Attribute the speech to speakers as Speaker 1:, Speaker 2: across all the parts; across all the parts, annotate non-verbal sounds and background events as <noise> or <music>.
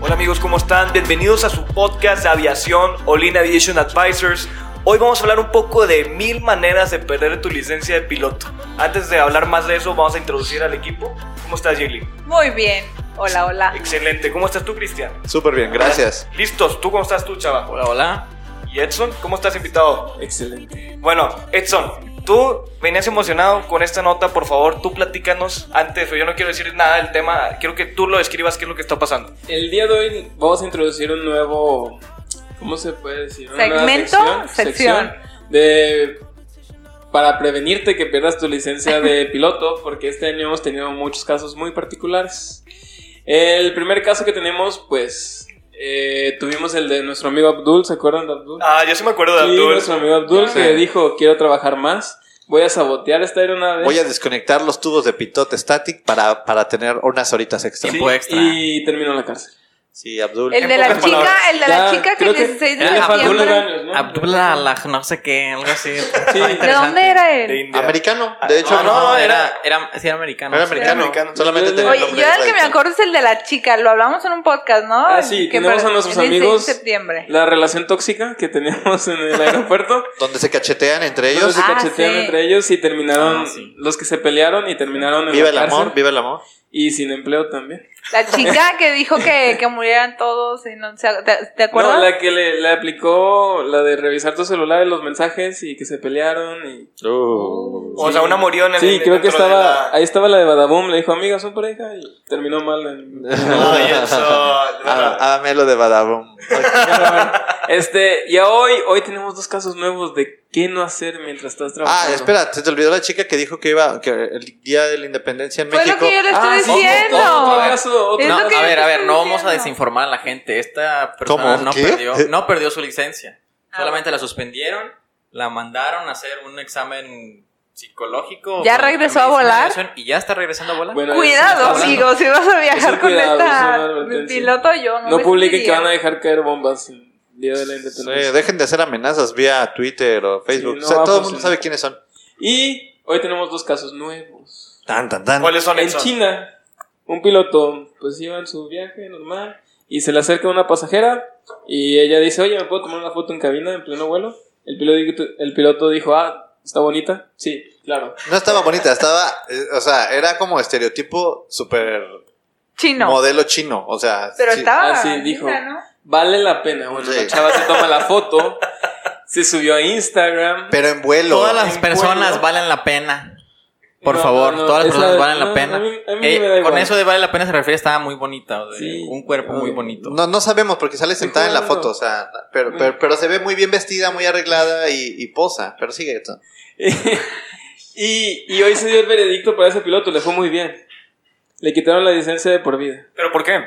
Speaker 1: Hola amigos, ¿cómo están? Bienvenidos a su podcast de aviación Olin Aviation Advisors. Hoy vamos a hablar un poco de mil maneras de perder tu licencia de piloto. Antes de hablar más de eso, vamos a introducir al equipo. ¿Cómo estás, Jilly?
Speaker 2: Muy bien. Hola, hola.
Speaker 1: Excelente. ¿Cómo estás tú, Cristian?
Speaker 3: Súper bien, gracias.
Speaker 1: Listos. ¿Tú cómo estás tú, chava?
Speaker 4: Hola, hola.
Speaker 1: ¿Y Edson? ¿Cómo estás invitado?
Speaker 4: Excelente.
Speaker 1: Bueno, Edson, tú venías emocionado con esta nota, por favor, tú platícanos antes, yo no quiero decir nada del tema, quiero que tú lo describas, qué es lo que está pasando.
Speaker 4: El día de hoy vamos a introducir un nuevo, ¿cómo se puede decir? Una nueva
Speaker 2: Segmento, sección.
Speaker 4: de para prevenirte que pierdas tu
Speaker 2: <laughs>
Speaker 4: licencia de piloto, porque este año hemos tenido muchos casos muy particulares. El primer caso que tenemos, pues, eh, tuvimos el de nuestro amigo Abdul, ¿se acuerdan de Abdul?
Speaker 1: Ah, yo sí me acuerdo de
Speaker 4: Sí,
Speaker 1: Abdul.
Speaker 4: nuestro amigo Abdul que dijo, quiero trabajar más, voy a sabotear esta aeronave.
Speaker 3: Voy a desconectar los tubos de pitot static para, para tener unas horitas extra.
Speaker 4: Sí,
Speaker 3: Sí,
Speaker 4: Tiempo extra. Y terminó en la cárcel.
Speaker 3: Abdul.
Speaker 2: El de la
Speaker 1: pocas
Speaker 2: chica,
Speaker 1: palabras.
Speaker 2: el de la
Speaker 4: Ya,
Speaker 2: chica que
Speaker 4: creo
Speaker 2: el 16 de
Speaker 4: ya le
Speaker 2: septiembre.
Speaker 4: faltó nueve años, ¿no?
Speaker 5: Abdullah, Alaj, no sé qué, algo así. Estaba
Speaker 2: ¿De
Speaker 5: interesante.
Speaker 2: dónde era él?
Speaker 1: De India.
Speaker 3: Americano, de hecho,
Speaker 5: Ah, No,
Speaker 3: no,
Speaker 5: no,
Speaker 3: era,
Speaker 5: era, era, sí, era americano.
Speaker 3: era
Speaker 5: Sí.
Speaker 3: americano.
Speaker 1: americano.
Speaker 3: Solamente tenía el
Speaker 2: Oye,
Speaker 3: nombre
Speaker 2: yo el que me
Speaker 3: israelita.
Speaker 2: acuerdo es el de la chica, lo hablamos en un podcast, ¿no?
Speaker 4: Ah, sí,
Speaker 2: Que
Speaker 4: tenemos
Speaker 2: per-
Speaker 4: a nuestros
Speaker 2: el 16
Speaker 4: amigos.
Speaker 2: de septiembre.
Speaker 4: La relación tóxica que teníamos en
Speaker 2: <laughs>
Speaker 4: el aeropuerto.
Speaker 3: Donde se cachetean entre
Speaker 4: Ellos
Speaker 3: ellos.
Speaker 4: se
Speaker 2: Ah,
Speaker 4: cachetearon
Speaker 2: sí.
Speaker 4: entre ellos y terminaron
Speaker 5: Ah, sí.
Speaker 4: los que se pelearon y terminaron en
Speaker 3: viva
Speaker 4: la
Speaker 3: el
Speaker 4: cárcel
Speaker 3: amor, viva el amor.
Speaker 4: y sin empleo también.
Speaker 2: La chica que dijo que, que murieran todos y no se- ¿te, te acuerdas?
Speaker 4: No, la que le, le aplicó la de revisar tu celular y los mensajes y que se pelearon y
Speaker 1: O sea, una murió en el
Speaker 4: Sí, creo que
Speaker 1: dentro de
Speaker 4: estaba
Speaker 1: la-
Speaker 4: ahí estaba la de Badaboom, le dijo, "Amiga, son pareja" y terminó mal en-
Speaker 1: <laughs> Ay,
Speaker 4: <laughs>
Speaker 1: eso.
Speaker 3: Ah, ah, lo de Badabum.
Speaker 4: Pero bueno, este, y hoy hoy tenemos dos casos nuevos de qué no hacer mientras estás trabajando.
Speaker 3: Ah, espera, se te olvidó la chica que dijo que iba que el día de la independencia en
Speaker 2: Fue
Speaker 3: México.
Speaker 2: lo que yo le estoy
Speaker 4: Ah, sí,
Speaker 2: diciendo.
Speaker 4: otro- otro caso, otro
Speaker 2: Es lo
Speaker 5: No,
Speaker 2: que
Speaker 5: a
Speaker 2: yo
Speaker 5: ver,
Speaker 2: te
Speaker 5: a ver,
Speaker 2: estoy
Speaker 5: no vamos a
Speaker 2: diciendo.
Speaker 5: desinformar a la gente. Esta persona
Speaker 3: ¿Cómo?
Speaker 5: no
Speaker 3: ¿Qué?
Speaker 5: perdió, no perdió su licencia.
Speaker 2: Ah,
Speaker 5: Solamente la suspendieron, la mandaron a hacer un examen psicológico.
Speaker 2: ¿Ya
Speaker 5: con
Speaker 2: regresó a
Speaker 5: medicina de
Speaker 2: volar?
Speaker 5: aviación Y ya está regresando a volar.
Speaker 4: Bueno,
Speaker 2: Cuidado,
Speaker 4: eso sí está
Speaker 2: amigo, si vas a
Speaker 4: Eso
Speaker 2: viajar
Speaker 4: es
Speaker 2: con
Speaker 4: cuidado, es una
Speaker 2: esta
Speaker 4: advertencia.
Speaker 2: piloto yo no
Speaker 4: No
Speaker 2: les
Speaker 4: publiquen que
Speaker 2: diría.
Speaker 4: van a dejar caer bombas el día de la
Speaker 3: Sí,
Speaker 4: independencia.
Speaker 3: dejen de hacer amenazas vía Twitter o Facebook.
Speaker 4: Sí, no
Speaker 3: O sea,
Speaker 4: va a
Speaker 3: todo el mundo
Speaker 4: funcionar.
Speaker 3: sabe quiénes son.
Speaker 4: Y hoy tenemos dos casos nuevos.
Speaker 3: Tan, tan, tan.
Speaker 1: ¿Cuáles son
Speaker 4: En
Speaker 1: esos?
Speaker 4: China, un piloto pues iba en su viaje normal y se le acerca una pasajera y ella dice, oye, ¿me puedo tomar una foto en cabina en pleno vuelo? El piloto, el piloto dijo, ah, ¿está bonita? Sí, claro.
Speaker 3: No estaba bonita, estaba, eh, o sea, era como estereotipo super
Speaker 2: Chino.
Speaker 3: modelo chino, o sea,
Speaker 2: Pero
Speaker 3: sí.
Speaker 2: estaba.
Speaker 4: Ah, sí,
Speaker 2: bonita,
Speaker 4: dijo.
Speaker 2: ¿no?
Speaker 4: Vale la pena. Bueno,
Speaker 3: Sí.
Speaker 4: la chava se toma la foto, se subió a Instagram.
Speaker 3: pero en vuelo.
Speaker 5: Todas las
Speaker 4: en
Speaker 5: personas
Speaker 4: pueblo.
Speaker 5: valen la pena. Por
Speaker 4: No,
Speaker 5: favor,
Speaker 4: no, no,
Speaker 5: todas las
Speaker 4: esa-
Speaker 5: personas valen
Speaker 4: no,
Speaker 5: la pena.
Speaker 4: a mí- a mí
Speaker 5: Eh,
Speaker 4: me da igual.
Speaker 5: con eso de vale la pena se refiere, estaba muy bonita. o de
Speaker 4: Sí.
Speaker 5: Un cuerpo muy
Speaker 4: Ah,
Speaker 5: bonito.
Speaker 3: No, no sabemos porque sale sentada en la foto, o sea, pero, pero, pero se ve muy bien vestida, muy arreglada y, y posa, pero sigue esto.
Speaker 4: <laughs> y, y hoy se dio el veredicto para ese piloto, le fue muy bien. Le quitaron la licencia de por vida.
Speaker 1: ¿Pero por qué?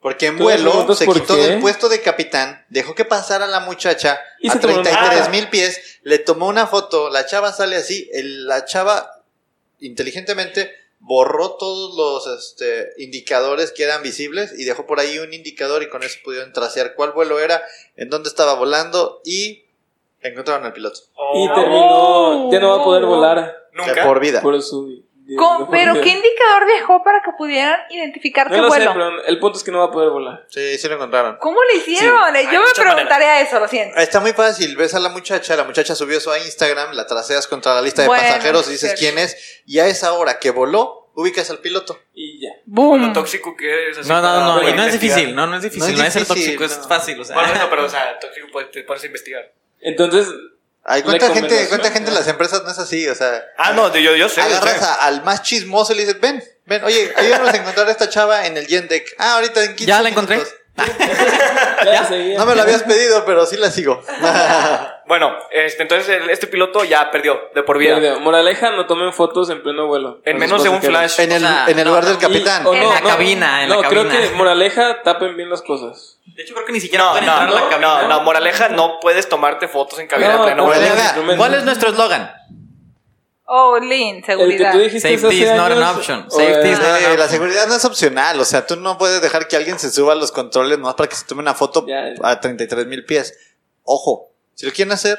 Speaker 3: Porque en
Speaker 4: ¿Tú me
Speaker 3: vuelo
Speaker 4: preguntas
Speaker 3: se
Speaker 4: por
Speaker 3: quitó
Speaker 4: qué?
Speaker 3: del puesto de capitán, dejó que pasara la muchacha
Speaker 4: Y
Speaker 3: a
Speaker 4: se tomó una-
Speaker 3: 33 mil pies, le tomó una foto, la chava sale así, el- la chava inteligentemente borró todos los este, indicadores que eran visibles y dejó por ahí un indicador y con eso pudieron trasear cuál vuelo era, en dónde estaba volando y encontraron al piloto.
Speaker 4: Y
Speaker 1: Oh,
Speaker 4: terminó, ya no va a poder volar
Speaker 3: De
Speaker 1: Nunca.
Speaker 3: por vida.
Speaker 4: por su...
Speaker 2: Con-
Speaker 4: por
Speaker 2: pero
Speaker 4: vida.
Speaker 2: ¿qué indicador dejó para que pudieran identificar
Speaker 4: No
Speaker 2: qué
Speaker 4: lo sé,
Speaker 2: vuelo?
Speaker 4: pero el punto es que no va a poder volar.
Speaker 3: Sí, sí lo encontraron.
Speaker 2: ¿Cómo lo hicieron?
Speaker 1: Sí, hay
Speaker 2: Yo me
Speaker 1: muchas
Speaker 2: preguntaría eso, lo siento.
Speaker 3: Está muy fácil, ves a la muchacha, la muchacha subió eso a Instagram, la traseas contra la lista de
Speaker 2: Bueno,
Speaker 3: pasajeros y
Speaker 2: es
Speaker 3: dices
Speaker 2: cierto.
Speaker 3: quién es, y a esa hora que voló, ubicas al piloto.
Speaker 4: Y ya.
Speaker 1: Lo
Speaker 2: ¡Boom!
Speaker 1: tóxico que es. así
Speaker 5: No, no,
Speaker 1: para-
Speaker 5: no,
Speaker 1: para
Speaker 5: y no es
Speaker 1: investigar.
Speaker 5: difícil, no, no es difícil, no es, ser
Speaker 3: difícil,
Speaker 5: tóxico, es
Speaker 3: no.
Speaker 5: fácil, o sea.
Speaker 1: Bueno, no, pero o sea, tóxico puede- te pones a investigar.
Speaker 4: Entonces,
Speaker 3: Ay, ¿cuánta gente,
Speaker 4: Recomendación.
Speaker 3: cuánta gente en las empresas no es así? O sea,
Speaker 1: Ah, no, de- yo, yo sé. yo
Speaker 3: agarras
Speaker 1: sé.
Speaker 3: a- al más chismoso y le dices, ven, ven, oye, ayúdanos a encontrar a esta chava en el Yen Deck. Ah, ahorita en 15
Speaker 5: Ya la encontré.
Speaker 3: minutos.
Speaker 4: Ya seguía.
Speaker 3: No me lo habías pedido, pero sí la
Speaker 5: <laughs>
Speaker 3: sigo.
Speaker 1: Bueno, este, entonces el- este piloto ya perdió de por vida.
Speaker 4: Video. Moraleja, no tomen fotos en pleno vuelo.
Speaker 1: En
Speaker 4: Con
Speaker 1: menos
Speaker 4: sus
Speaker 1: de un
Speaker 4: pasajeros.
Speaker 1: flash.
Speaker 3: en el,
Speaker 5: O sea,
Speaker 3: en el
Speaker 5: no,
Speaker 3: lugar del
Speaker 5: y-
Speaker 3: capitán.
Speaker 4: O
Speaker 5: En la cabina, Ah, en la
Speaker 4: no, creo
Speaker 5: cabina.
Speaker 4: que moraleja, tapen bien las cosas.
Speaker 5: De hecho, creo que ni siquiera
Speaker 1: No,
Speaker 5: pueden
Speaker 1: no,
Speaker 5: entrar a la
Speaker 1: no,
Speaker 5: cabina.
Speaker 1: no, no, moraleja, no puedes tomarte fotos en cabina
Speaker 4: No,
Speaker 1: en pleno
Speaker 4: no,
Speaker 1: vuelo.
Speaker 4: no.
Speaker 3: Moraleja,
Speaker 4: Instrumento.
Speaker 5: ¿Cuál es nuestro eslogan?
Speaker 2: Oh, Lin,
Speaker 4: El que
Speaker 2: seguridad.
Speaker 4: tú dijiste
Speaker 5: Safety
Speaker 4: hace
Speaker 5: is not
Speaker 4: años,
Speaker 5: an option.
Speaker 4: o,
Speaker 5: Safety is
Speaker 4: eh,
Speaker 5: not-
Speaker 3: Eh,
Speaker 5: no, no.
Speaker 3: La seguridad no es opcional, o sea, tú no puedes dejar que alguien se suba a los controles nomás para que se tome una foto
Speaker 4: Ya, ya.
Speaker 3: a 33 mil pies. Ojo, si lo quieren hacer,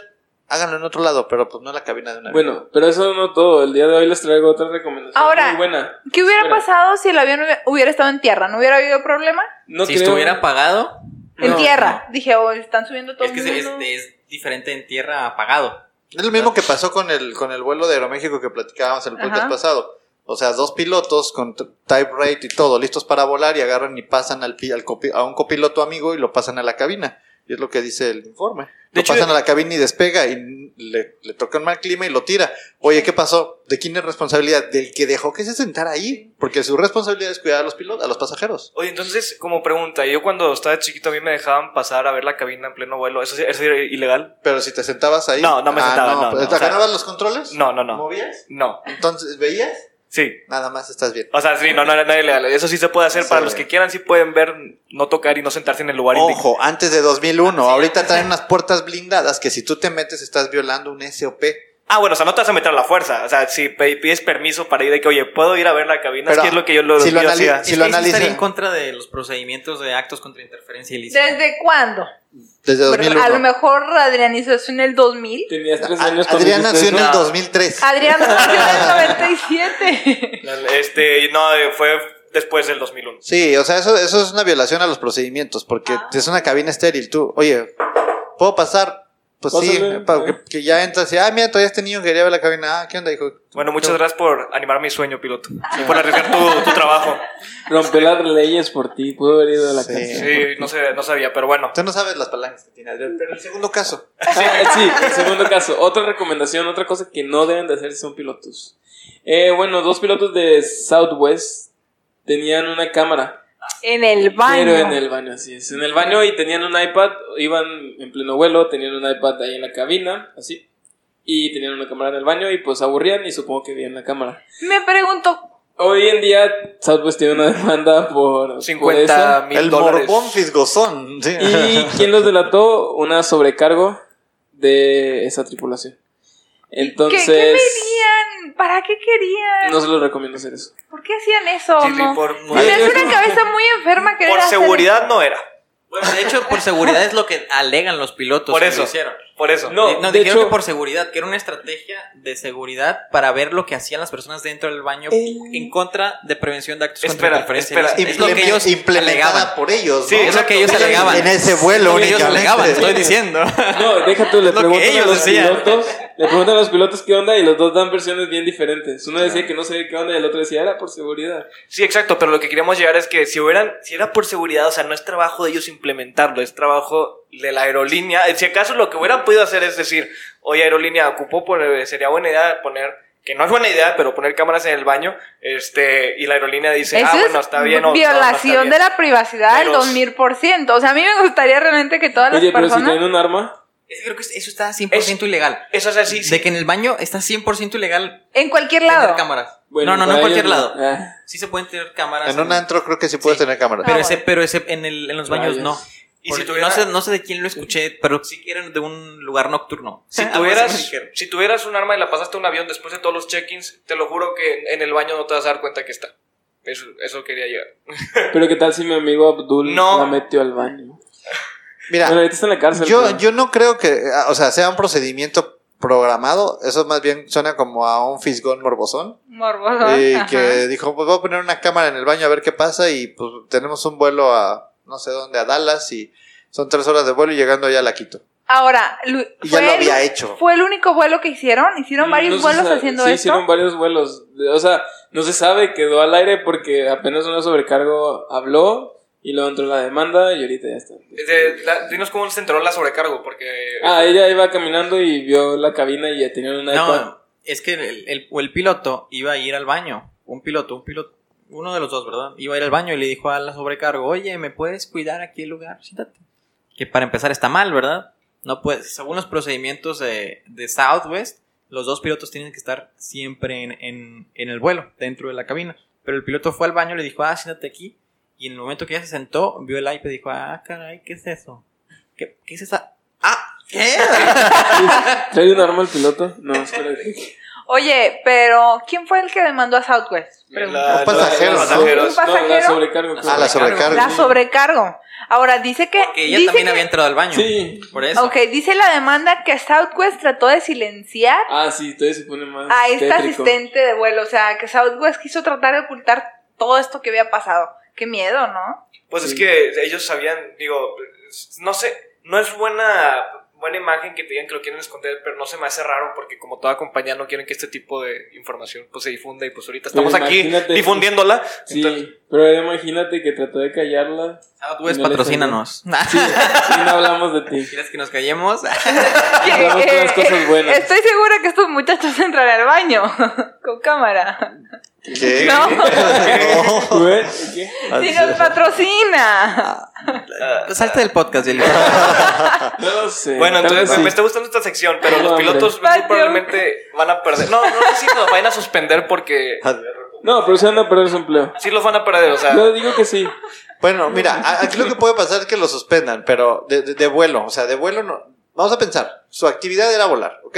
Speaker 3: háganlo en otro lado, pero pues no en la cabina de una avión.
Speaker 4: Bueno, pero eso no todo. El día de hoy les traigo otra recomendación
Speaker 2: Ahora,
Speaker 4: muy buena.
Speaker 2: ¿Qué hubiera
Speaker 4: Espera.
Speaker 2: pasado si el avión hubiera- hubiera estado en tierra? ¿No hubiera habido problema?
Speaker 4: No
Speaker 5: si
Speaker 4: creo-
Speaker 5: estuviera apagado.
Speaker 2: En
Speaker 4: No,
Speaker 2: tierra. Dije, oh, están subiendo todo
Speaker 5: Es que
Speaker 2: el
Speaker 5: se- es,
Speaker 2: mundo.
Speaker 1: este
Speaker 5: es diferente en tierra apagado.
Speaker 3: Es lo mismo que pasó con el, con el vuelo de Aeroméxico que platicábamos en el podcast
Speaker 2: Ajá.
Speaker 3: pasado. O sea, dos pilotos con t- type rate y todo, listos para volar y agarran y pasan al, pi- al copi- a un copiloto amigo y lo pasan a la cabina. Y es lo que dice el informe.
Speaker 1: De
Speaker 3: lo
Speaker 1: hecho,
Speaker 3: pasan a la cabina y despega y le, le toca un mal clima y lo tira. Oye, ¿qué pasó? ¿De quién es responsabilidad? Del que dejó que se sentara ahí. Porque su responsabilidad es cuidar a los pilotos, a los pasajeros.
Speaker 1: Oye, entonces, como pregunta, yo cuando estaba chiquito a mí me dejaban pasar a ver la cabina en pleno vuelo. ¿Eso, sí- eso era ilegal?
Speaker 3: Pero si te sentabas ahí.
Speaker 1: No, no me sentaba, no,
Speaker 3: pues,
Speaker 1: no,
Speaker 3: ¿te
Speaker 1: o sea,
Speaker 3: agarrabas los controles?
Speaker 1: No, no, no.
Speaker 3: ¿Movías?
Speaker 1: No.
Speaker 3: Entonces, ¿veías?
Speaker 1: Sí.
Speaker 3: Nada más estás bien.
Speaker 1: O sea, sí, no, no era nada ilegal. Eso sí se puede hacer.
Speaker 3: Sí.
Speaker 1: Para los que quieran, sí pueden ver, no tocar y no sentarse en el lugar indicado.
Speaker 3: Ojo, antes de 2001.
Speaker 5: Ah,
Speaker 3: Ahorita
Speaker 5: <laughs>
Speaker 3: traen unas puertas blindadas que si tú te metes estás violando un SOP.
Speaker 1: Ah, bueno, o sea, no te vas a meter a la fuerza. O sea, si pe- pides permiso para ir de que, oye, puedo ir a ver la cabina, es
Speaker 3: Pero
Speaker 1: que es lo que yo lo,
Speaker 3: si lo
Speaker 1: yo
Speaker 3: analiz-
Speaker 1: hacía.
Speaker 3: Si lo
Speaker 5: Es que ahí sí
Speaker 3: analiza-
Speaker 5: estaría en contra de los procedimientos de actos contra interferencia ilícita.
Speaker 2: ¿Desde cuándo?
Speaker 3: Desde
Speaker 2: Pero
Speaker 3: 2001.
Speaker 2: A lo mejor Adrián hizo eso en el 2000.
Speaker 4: Tenías tres
Speaker 3: A-
Speaker 4: años
Speaker 3: Ah, Adrián
Speaker 4: cuando
Speaker 3: nació
Speaker 4: hiciste
Speaker 3: en
Speaker 4: eso.
Speaker 3: el
Speaker 1: No.
Speaker 3: 2003.
Speaker 2: Adrián nació
Speaker 1: <laughs>
Speaker 2: en el 97.
Speaker 1: La- Este, no, eh, fue después del 2001.
Speaker 3: Sí, o sea, eso, eso es una violación a los procedimientos porque
Speaker 2: Ah.
Speaker 3: es una cabina estéril. Tú, oye, ¿puedo pasar? Pues
Speaker 4: Pásale,
Speaker 3: sí, pa- que, que ya entras y, ah, mira, todavía este niño quería ver la cabina. Ah, ¿qué onda, hijo?
Speaker 1: Bueno, muchas gracias por animar mi sueño, piloto. Y por arriesgar tu, tu trabajo.
Speaker 4: Rompió las leyes por ti, pudo haber ido a la
Speaker 3: Sí.
Speaker 4: cárcel.
Speaker 1: Sí, no, sé, no sabía, pero bueno.
Speaker 3: Usted no sabes las palancas que tiene Adrián, pero el segundo caso.
Speaker 4: Ah, sí, el segundo caso. Otra recomendación, otra cosa que no deben de hacer son pilotos. Eh, bueno, dos pilotos de Southwest tenían una cámara,
Speaker 2: En el baño.
Speaker 4: pero en el baño, así es. En el baño y tenían un iPad, iban en pleno vuelo, tenían un iPad ahí en la cabina, así. Y tenían una cámara en el baño y pues aburrían y supongo que veían la cámara.
Speaker 2: Me pregunto,
Speaker 4: Hoy en día Southwest tiene una <laughs> demanda por... por eso.
Speaker 1: 50 mil
Speaker 3: El
Speaker 1: dólares.
Speaker 3: morbón fisgozón. sí.
Speaker 4: ¿Y quién los delató? Una sobrecargo de esa tripulación.
Speaker 2: ¿qué,
Speaker 4: Entonces,
Speaker 2: qué medían? ¿Para qué querían?
Speaker 4: no se los recomiendo hacer eso.
Speaker 2: ¿Por qué hacían eso?
Speaker 1: Sí, sí,
Speaker 2: no?
Speaker 1: por, por- <laughs>
Speaker 4: Ay,
Speaker 2: Tenías una cabeza muy enferma que
Speaker 1: por seguridad no era.
Speaker 5: Bueno, de hecho, por seguridad es lo que alegan los pilotos
Speaker 1: Por
Speaker 5: que
Speaker 1: eso.
Speaker 5: lo hicieron.
Speaker 1: Por eso.
Speaker 4: No,
Speaker 5: Di- No,
Speaker 4: de
Speaker 5: dijeron
Speaker 4: hecho-
Speaker 5: que por seguridad, que era una estrategia de seguridad para ver lo que hacían las personas dentro del baño en contra de prevención de actos
Speaker 1: Espera,
Speaker 5: contra
Speaker 3: <laughs>
Speaker 5: interferencia.
Speaker 1: espera.
Speaker 5: ilícita. Es lo que
Speaker 3: Impleme-
Speaker 5: ellos
Speaker 3: implementada
Speaker 5: alegaban.
Speaker 3: por ellos.
Speaker 1: Sí,
Speaker 3: ¿no?
Speaker 5: Es lo que ellos
Speaker 1: Exacto.
Speaker 5: alegaban.
Speaker 3: En ese vuelo
Speaker 5: Es lo que ellos
Speaker 3: únicamente.
Speaker 5: alegaban, estoy diciendo.
Speaker 4: No, deja
Speaker 5: <laughs>
Speaker 4: tú, le
Speaker 5: Es lo que
Speaker 4: preguntan a
Speaker 5: ellos
Speaker 4: los
Speaker 5: decían.
Speaker 4: pilotos, le preguntan a los pilotos qué onda y los dos dan versiones bien diferentes. Uno decía que no sabía qué onda y el otro decía era por seguridad.
Speaker 1: Sí, exacto, pero lo que queríamos llegar es que si hubieran, si era por seguridad, o sea, no es trabajo de ellos implementarlo, es trabajo de la aerolínea. Eh, Si acaso lo que hubieran podido hacer es decir, oye, aerolínea, ocupó, poner- sería buena idea poner, que no es buena idea, pero poner cámaras en el baño, este, y la aerolínea dice,
Speaker 2: Eso
Speaker 1: ah,
Speaker 2: es
Speaker 1: bueno, está bien. o, no, no está
Speaker 2: violación
Speaker 1: bien".
Speaker 2: de la privacidad al
Speaker 1: Pero-
Speaker 2: 2000%. O sea, a mí me gustaría realmente que todas las
Speaker 4: Oye, pero si
Speaker 2: personas...
Speaker 4: tienen un arma,
Speaker 5: Es que creo que eso está 100% ilegal.
Speaker 1: Eso es así, sí.
Speaker 5: De que en el baño está 100% ilegal
Speaker 2: En cualquier
Speaker 5: tener
Speaker 2: lado.
Speaker 5: cámaras.
Speaker 4: bueno,
Speaker 5: no, no, no
Speaker 4: para
Speaker 5: en cualquier
Speaker 4: ellos
Speaker 5: lado.
Speaker 4: no. Ah,
Speaker 5: Sí se pueden tener cámaras.
Speaker 3: En un antro creo que sí puedes
Speaker 5: Sí.
Speaker 3: tener cámaras.
Speaker 5: Pero
Speaker 2: Ah,
Speaker 5: ese,
Speaker 2: bueno.
Speaker 5: pero ese en, el, en los baños
Speaker 4: Rayos.
Speaker 5: no.
Speaker 1: Y
Speaker 5: Porque
Speaker 1: si tuviera-
Speaker 5: no, sé, no sé de quién lo escuché, pero sí que eran de un lugar nocturno.
Speaker 1: Si
Speaker 5: <laughs> Algo así me
Speaker 1: tuvieras,
Speaker 5: dijeron.
Speaker 1: si tuvieras un arma y la pasaste a un avión después de todos los check-ins, te lo juro que en- en el baño no te vas a dar cuenta que está. Eso, eso quería llegar.
Speaker 4: pero qué tal si mi amigo Abdul
Speaker 1: No.
Speaker 4: la metió al baño.
Speaker 3: Mira,
Speaker 4: Bueno, ahorita está en la cárcel.
Speaker 3: Yo,
Speaker 4: pero-
Speaker 3: yo no creo que, eh, o sea, sea un procedimiento programado. Eso más bien suena como a un fisgón morbosón.
Speaker 2: Morboso.
Speaker 3: eh,
Speaker 2: ajá.
Speaker 3: que dijo, pues voy a poner una cámara en el baño a ver qué pasa. Y pues tenemos un vuelo a no sé dónde, a Dallas. Y son tres horas de vuelo y llegando ya la quito.
Speaker 2: Ahora, Lu-
Speaker 3: Y ya
Speaker 2: fue
Speaker 3: lo
Speaker 2: el-
Speaker 3: había hecho.
Speaker 2: ¿Fue el único vuelo que hicieron? ¿Hicieron varios
Speaker 4: No se
Speaker 2: vuelos
Speaker 4: sabe.
Speaker 2: haciendo
Speaker 4: sí,
Speaker 2: esto?
Speaker 4: hicieron varios vuelos. O sea, no se sabe, quedó al aire porque apenas una sobrecargo habló y luego entró la demanda y ahorita ya está.
Speaker 1: De- la- dinos cómo se enteró la sobrecargo, porque...
Speaker 4: Ah, ella iba caminando y vio la cabina y ya
Speaker 1: <laughs>
Speaker 4: tenían un iPad.
Speaker 5: No, es que el, el- o el piloto iba a ir al baño. Un piloto, un piloto. uno de los dos, ¿verdad? Iba a ir al baño y le dijo al sobrecargo, oye, ¿me puedes cuidar aquí el lugar? Siéntate. Que para empezar está mal, ¿verdad? No puedes, según los procedimientos de, de Southwest, los dos pilotos tienen que estar siempre en, en- en el vuelo, dentro de la cabina. Pero el piloto fue al baño, le dijo, ah, siéntate aquí. Y en el momento que ella se sentó, vio el iPad y dijo, ah, caray, ¿qué es eso? ¿Qué, qué es esa? ¡Ah!
Speaker 2: <laughs>
Speaker 5: ¿Qué?
Speaker 4: ¿Trae un arma el piloto? No, espera.
Speaker 2: Oye, pero ¿quién fue el que demandó a Southwest?
Speaker 1: La-
Speaker 3: Un pasajero,
Speaker 1: la- <laughs>
Speaker 3: ¿no?
Speaker 1: pasajeros.
Speaker 2: Un pasajero.
Speaker 4: No, la sobrecargo.
Speaker 3: Ah, la
Speaker 2: <laughs>
Speaker 3: sobrecarga.
Speaker 2: La sobrecargo. Ahora dice que.
Speaker 5: Porque ella
Speaker 2: dice
Speaker 5: también
Speaker 2: que-
Speaker 5: había entrado al baño.
Speaker 4: Sí.
Speaker 5: Por eso.
Speaker 2: Ok, dice la demanda que Southwest trató de silenciar
Speaker 4: Ah, sí, todavía se pone más.
Speaker 2: a este
Speaker 4: Ah, tétrico.
Speaker 2: asistente de vuelo. O sea, que Southwest quiso tratar de ocultar todo esto que había pasado. Qué miedo, ¿no?
Speaker 1: Pues es
Speaker 4: Sí.
Speaker 1: que ellos sabían, digo, no sé, no es buena buena imagen que te digan que lo quieren esconder, pero no se me hace raro porque como toda compañía no quieren que este tipo de información pues se difunda y pues ahorita
Speaker 4: Pero
Speaker 1: estamos aquí
Speaker 4: imagínate-
Speaker 1: difundiéndola.
Speaker 4: Sí,
Speaker 1: Entonces,
Speaker 4: pero imagínate que trató de callarla.
Speaker 5: Southwest,
Speaker 4: Y no le
Speaker 5: pues, patrocínanos. <laughs>
Speaker 4: Sí, <laughs> sí, no hablamos de ti.
Speaker 1: <laughs>
Speaker 5: ¿Quieres que nos callemos?
Speaker 4: <laughs> Hablamos
Speaker 2: Que,
Speaker 4: puras cosas buenas.
Speaker 2: Eh, Estoy segura que estos muchachos entran al baño <laughs> con cámara.
Speaker 3: ¿Qué? <laughs>
Speaker 2: No,
Speaker 4: Güey, ¿Qué?
Speaker 2: si nos patrocina.
Speaker 5: Pues, Salte del podcast, Eli.
Speaker 4: No sé.
Speaker 1: Bueno,
Speaker 4: tal
Speaker 1: entonces
Speaker 4: vez
Speaker 1: me-
Speaker 4: sí.
Speaker 1: me está gustando esta sección, pero
Speaker 4: No,
Speaker 1: los
Speaker 4: hombre.
Speaker 1: pilotos muy
Speaker 2: Patio.
Speaker 1: probablemente van a perder. No, no sé si nos van a suspender porque
Speaker 4: No, pero se van a perder su empleo.
Speaker 1: sí los van a perder, o sea,
Speaker 4: Yo digo que sí.
Speaker 3: Bueno, mira, a- aquí lo que puede pasar es que lo suspendan, pero de, de- de vuelo, o sea, de vuelo no. Vamos a pensar, su actividad era volar, ¿ok?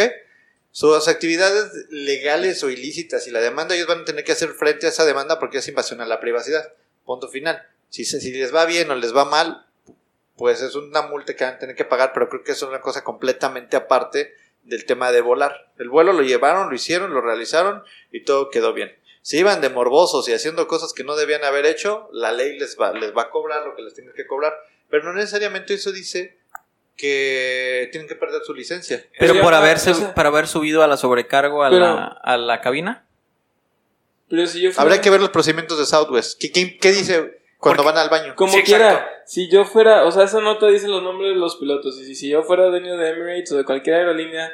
Speaker 3: Sus actividades legales o ilícitas y la demanda, ellos van a tener que hacer frente a esa demanda porque es invasión a la privacidad. Punto final. Si, se- si les va bien o les va mal, pues es una multa que van a tener que pagar, pero creo que es una cosa completamente aparte del tema de volar. El vuelo lo llevaron, lo hicieron, lo realizaron y todo quedó bien. Si iban de morbosos y haciendo cosas que no debían haber hecho, la ley les va, les va a cobrar lo que les tienen que cobrar. Pero no necesariamente eso dice que tienen que perder su licencia.
Speaker 5: Pero
Speaker 4: Sí,
Speaker 5: por
Speaker 4: ajá,
Speaker 5: haberse,
Speaker 4: o sea,
Speaker 5: por haber subido a la sobrecargo a,
Speaker 4: Pero-
Speaker 5: la, a la cabina.
Speaker 4: Pero si yo fuera-
Speaker 3: Habrá que ver los procedimientos de Southwest. ¿Qué, qué- qué dice cuando van al baño?
Speaker 4: Como
Speaker 1: Sí,
Speaker 4: quiera,
Speaker 1: exacto.
Speaker 4: si yo fuera, o sea, esa nota dice los nombres de los pilotos. Y si, si yo fuera dueño de Emirates o de cualquier aerolínea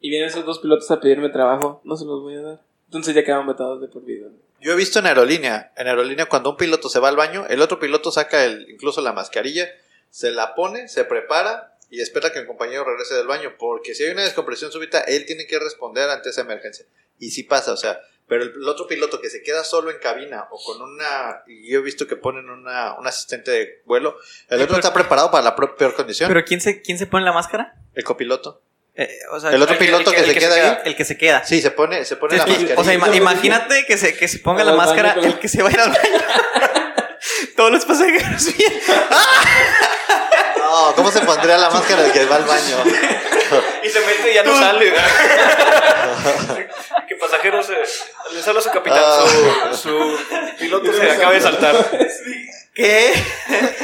Speaker 4: y vienen esos dos pilotos a pedirme trabajo, no se los voy a dar. Entonces ya quedan vetados de por vida.
Speaker 3: Yo he visto en aerolínea, en aerolínea cuando un piloto se va al baño, el otro piloto saca el, incluso la mascarilla, se la pone, se prepara y espera que el compañero regrese del baño, porque si hay una descompresión súbita, él tiene que responder ante esa emergencia. Y si pasa, o sea, pero el, el otro piloto que se queda solo en cabina o con una, y yo he visto que ponen una, un asistente de vuelo, el otro está preparado para la pro- peor condición,
Speaker 5: ¿Pero quién se, quién se pone la máscara?
Speaker 3: el copiloto.
Speaker 5: Eh, o sea,
Speaker 3: El otro
Speaker 1: el que-
Speaker 3: piloto
Speaker 1: el
Speaker 3: que,
Speaker 1: que- el
Speaker 3: se
Speaker 1: que
Speaker 3: queda
Speaker 1: se
Speaker 3: ahí,
Speaker 1: queda.
Speaker 5: el que se queda.
Speaker 3: sí, se pone, se pone la
Speaker 5: Entonces,
Speaker 3: mascarilla.
Speaker 5: o sea, ima- imagínate que se, que se ponga
Speaker 4: Al
Speaker 5: la
Speaker 4: baño
Speaker 5: máscara
Speaker 4: con-
Speaker 5: el que se vaya al baño. <laughs> Todos los pasajeros bien.
Speaker 3: No, ¿cómo se pondría la máscara el que va
Speaker 1: <laughs>
Speaker 3: al baño?
Speaker 1: y se mete y ya no sale. <laughs> que pasajeros eh, les habla su capitán,
Speaker 3: Ah.
Speaker 1: su, su piloto se acaba de saltar.
Speaker 5: ¿Qué?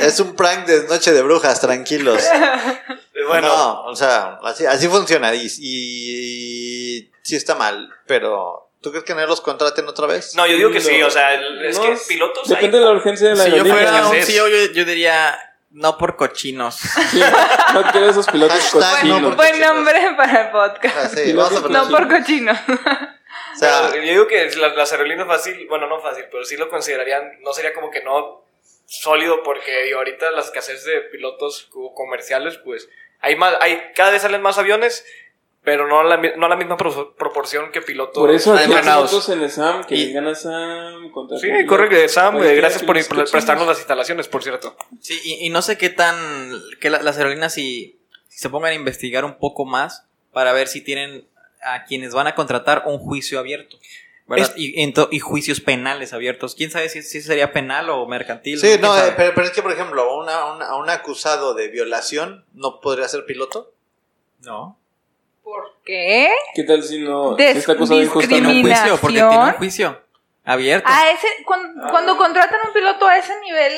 Speaker 3: Es un prank de noche de brujas, tranquilos.
Speaker 1: Eh, Bueno,
Speaker 3: No, o sea, así, así funciona. Y, y sí está mal, pero ¿tú crees que no los contraten otra vez?
Speaker 1: No, yo digo que
Speaker 4: No.
Speaker 1: sí, o sea, el- es
Speaker 4: No,
Speaker 1: que pilotos hay.
Speaker 4: Depende de la urgencia de la
Speaker 5: Si yo
Speaker 4: aerolínea.
Speaker 5: fuera un
Speaker 1: escasez.
Speaker 5: CEO, yo, yo diría, no por cochinos.
Speaker 4: Sí, <laughs> no quiero esos pilotos
Speaker 3: Hashtag
Speaker 4: Ah, cochinos.
Speaker 3: no por-
Speaker 2: Buen nombre para el podcast.
Speaker 3: Ah, sí, vamos a poner-
Speaker 2: No por cochino.
Speaker 3: O sea,
Speaker 1: yo digo que las, las aerolíneas fácil, bueno, no fácil, pero sí lo considerarían, no sería como que no sólido porque digo, ahorita las escasez de pilotos co- comerciales, pues hay más, hay cada vez salen más aviones, pero no la, mi- no la misma pro- proporción que pilotos
Speaker 4: Por eso aquí hay
Speaker 1: entrenados.
Speaker 4: pilotos en el SAM, que
Speaker 5: Y-
Speaker 4: les gana SAM contra
Speaker 1: Sí, correcto, Sam,
Speaker 4: Cualquiera
Speaker 1: eh, gracias por,
Speaker 4: que los
Speaker 1: por
Speaker 4: cochinos.
Speaker 1: prestarnos las instalaciones, por cierto.
Speaker 5: Sí, y, y no sé qué tan. que la- las aerolíneas si, si se pongan a investigar un poco más para ver si tienen a quienes van a contratar un juicio abierto. ¿verdad? Y, ento- y juicios penales abiertos. ¿Quién sabe si, si sería penal o mercantil?
Speaker 3: sí,
Speaker 5: ¿Quién
Speaker 3: no,
Speaker 5: sabe?
Speaker 3: eh, pero, pero es que, por ejemplo, a una- a una- a un acusado de violación no podría ser piloto.
Speaker 5: No.
Speaker 2: <laughs> ¿Por qué?
Speaker 4: ¿Qué tal si no si
Speaker 2: Des-
Speaker 4: está acusado
Speaker 2: discrimina-
Speaker 5: Tiene un
Speaker 4: injustamente?
Speaker 5: juicio, porque tiene un juicio abierto.
Speaker 2: A ese, cuan- cuando,
Speaker 4: Ah.
Speaker 2: contratan un piloto a ese nivel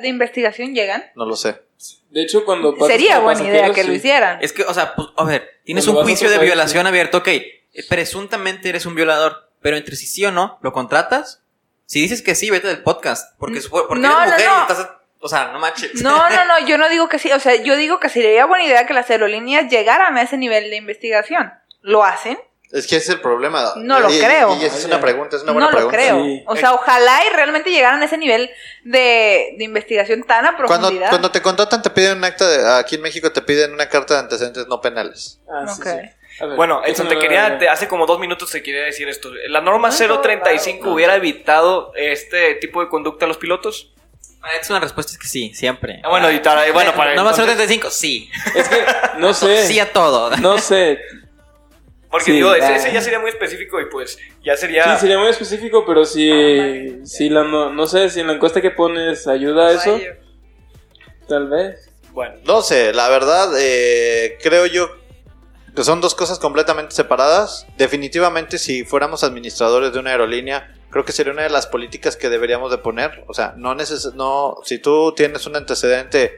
Speaker 2: de investigación llegan,
Speaker 3: No lo sé.
Speaker 4: De hecho, cuando pasas
Speaker 2: sería
Speaker 4: como
Speaker 2: buena idea
Speaker 4: pasajeros,
Speaker 2: que lo
Speaker 4: sí.
Speaker 2: hicieran.
Speaker 5: Es que, o sea, pues, a ver, tienes
Speaker 4: Cuando
Speaker 5: un
Speaker 4: vas a
Speaker 5: juicio
Speaker 4: otro
Speaker 5: de
Speaker 4: país,
Speaker 5: violación abierto, ok. eh, Presuntamente eres un violador, pero entre si sí o no, ¿lo contratas? Si dices que sí, vete del podcast, porque,
Speaker 2: Mm,
Speaker 5: supo- porque
Speaker 2: no,
Speaker 5: eres
Speaker 2: no,
Speaker 5: mujer
Speaker 2: no.
Speaker 5: y estás... O sea, no manches.
Speaker 2: No, no, no, yo no digo que sí, o sea, yo digo que sería buena idea que las aerolíneas llegaran a ese nivel de investigación. ¿Lo hacen?
Speaker 3: Es que ese es el problema.
Speaker 2: No lo
Speaker 3: Y- y-
Speaker 2: creo.
Speaker 3: Y, esa es una pregunta, es una buena
Speaker 2: no
Speaker 3: pregunta.
Speaker 2: lo creo.
Speaker 4: Sí.
Speaker 2: O sea, ojalá y realmente llegaran a ese nivel de, de investigación tan a
Speaker 3: Cuando,
Speaker 2: profundidad.
Speaker 3: cuando te contratan, te piden un acta de. Aquí en México te piden una carta de antecedentes no penales.
Speaker 4: Ah, sí,
Speaker 2: Ok.
Speaker 4: sí. A ver,
Speaker 1: Bueno,
Speaker 4: eso
Speaker 1: Edson,
Speaker 4: no
Speaker 1: te
Speaker 4: lo
Speaker 1: quería,
Speaker 4: había- Ah,
Speaker 1: te- hace como dos minutos te quería decir esto. ¿La norma
Speaker 2: No,
Speaker 1: 035
Speaker 2: no,
Speaker 1: hubiera evitado este tipo de conducta a los pilotos?
Speaker 5: Para Edson la respuesta es que sí, siempre.
Speaker 1: Ah, bueno, y para, y bueno, para
Speaker 5: no más
Speaker 1: entonces-
Speaker 5: 35, sí.
Speaker 4: Es que,
Speaker 1: <laughs>
Speaker 4: no sé.
Speaker 5: Sí a todo. <laughs>
Speaker 4: No sé.
Speaker 1: Porque
Speaker 4: Sí,
Speaker 1: digo, ese,
Speaker 4: ya.
Speaker 1: ese ya sería muy específico y pues <laughs> ya sería...
Speaker 4: Sí, sería muy específico, pero si, si la, no, no sé, si en la encuesta que pones ayuda a eso,
Speaker 2: Rayo.
Speaker 4: tal vez.
Speaker 1: Bueno,
Speaker 3: No sé, la verdad, eh, creo yo que son dos cosas completamente separadas. Definitivamente, si fuéramos administradores de una aerolínea, creo que sería una de las políticas que deberíamos de poner. O sea, no neces no, si tú tienes un antecedente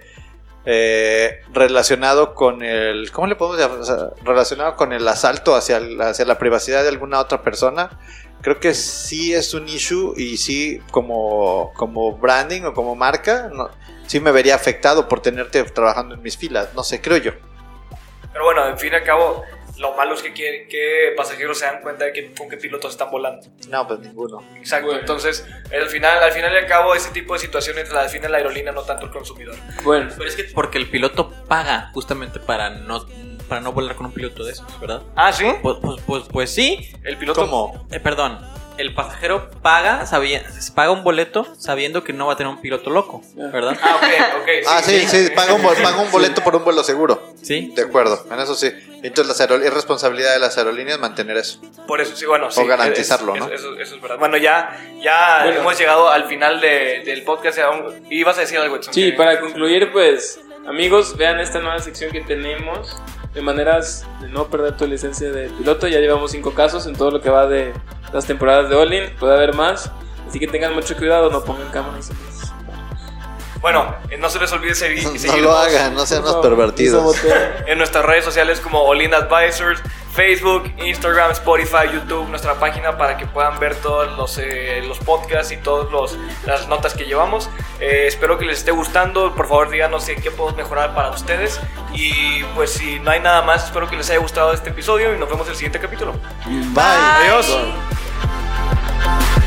Speaker 3: eh, relacionado con el, ¿cómo le podemos llamar? O sea, relacionado con el asalto hacia, el- hacia la privacidad de alguna otra persona. Creo que sí es un issue y sí como, como branding o como marca, no, sí me vería afectado por tenerte trabajando en mis filas. No sé, creo yo.
Speaker 1: pero bueno, en fin y al cabo, lo malo es que, quiere- que pasajeros se dan cuenta de que, con qué pilotos están volando.
Speaker 3: No, pues ninguno.
Speaker 1: Exacto,
Speaker 4: Bueno.
Speaker 1: entonces al final, al final y al cabo ese tipo de situaciones las define la aerolínea, no tanto el consumidor.
Speaker 4: Bueno,
Speaker 5: Pero es que porque el piloto paga justamente para no para no volar con un piloto de esos, ¿verdad?
Speaker 1: Ah, ¿sí?
Speaker 5: Pues, pues, pues, pues sí,
Speaker 1: El piloto...
Speaker 3: ¿Cómo?
Speaker 5: Eh, perdón, el pasajero paga sabia- paga un boleto sabiendo que no va a tener un piloto loco, ¿verdad?
Speaker 1: Ah, ok, ok.
Speaker 3: Ah, sí, sí, paga un, bol- paga un boleto por un vuelo seguro.
Speaker 5: Sí.
Speaker 3: De acuerdo, en eso sí. Entonces las aerol- es responsabilidad de las aerolíneas mantener eso.
Speaker 1: Por eso, sí, bueno, sí. es-
Speaker 3: garantizarlo,
Speaker 1: es-
Speaker 3: ¿no?
Speaker 1: Eso, eso es verdad. Bueno, ya, ya
Speaker 4: Bueno.
Speaker 1: hemos llegado al final de- del podcast. Ya aún- Y ibas a decir algo, Edson,
Speaker 4: sí,
Speaker 1: que-
Speaker 4: para concluir, pues, amigos, vean esta nueva sección que tenemos de maneras de no perder tu licencia de piloto. Ya llevamos cinco casos en todo lo que va de las temporadas de Olin, puede haber más. Así que tengan mucho cuidado, no pongan cámaras.
Speaker 1: Bueno, eh, no se les olvide segui-
Speaker 3: <laughs> No
Speaker 1: seguirnos
Speaker 3: lo hagan, no sean
Speaker 4: Por
Speaker 3: unos
Speaker 4: favor, no
Speaker 3: pervertidos.
Speaker 4: saboteen.
Speaker 1: en nuestras redes sociales como Olin Advisors, Facebook, Instagram, Spotify, YouTube, nuestra página para que puedan ver todos los, eh, los podcasts y todas las notas que llevamos. Eh, espero que les esté gustando. Por favor, díganos en qué podemos mejorar para ustedes. Y pues, si no hay nada más, espero que les haya gustado este episodio y nos vemos en el siguiente capítulo.
Speaker 3: Bye.
Speaker 1: Adiós.
Speaker 2: Bye.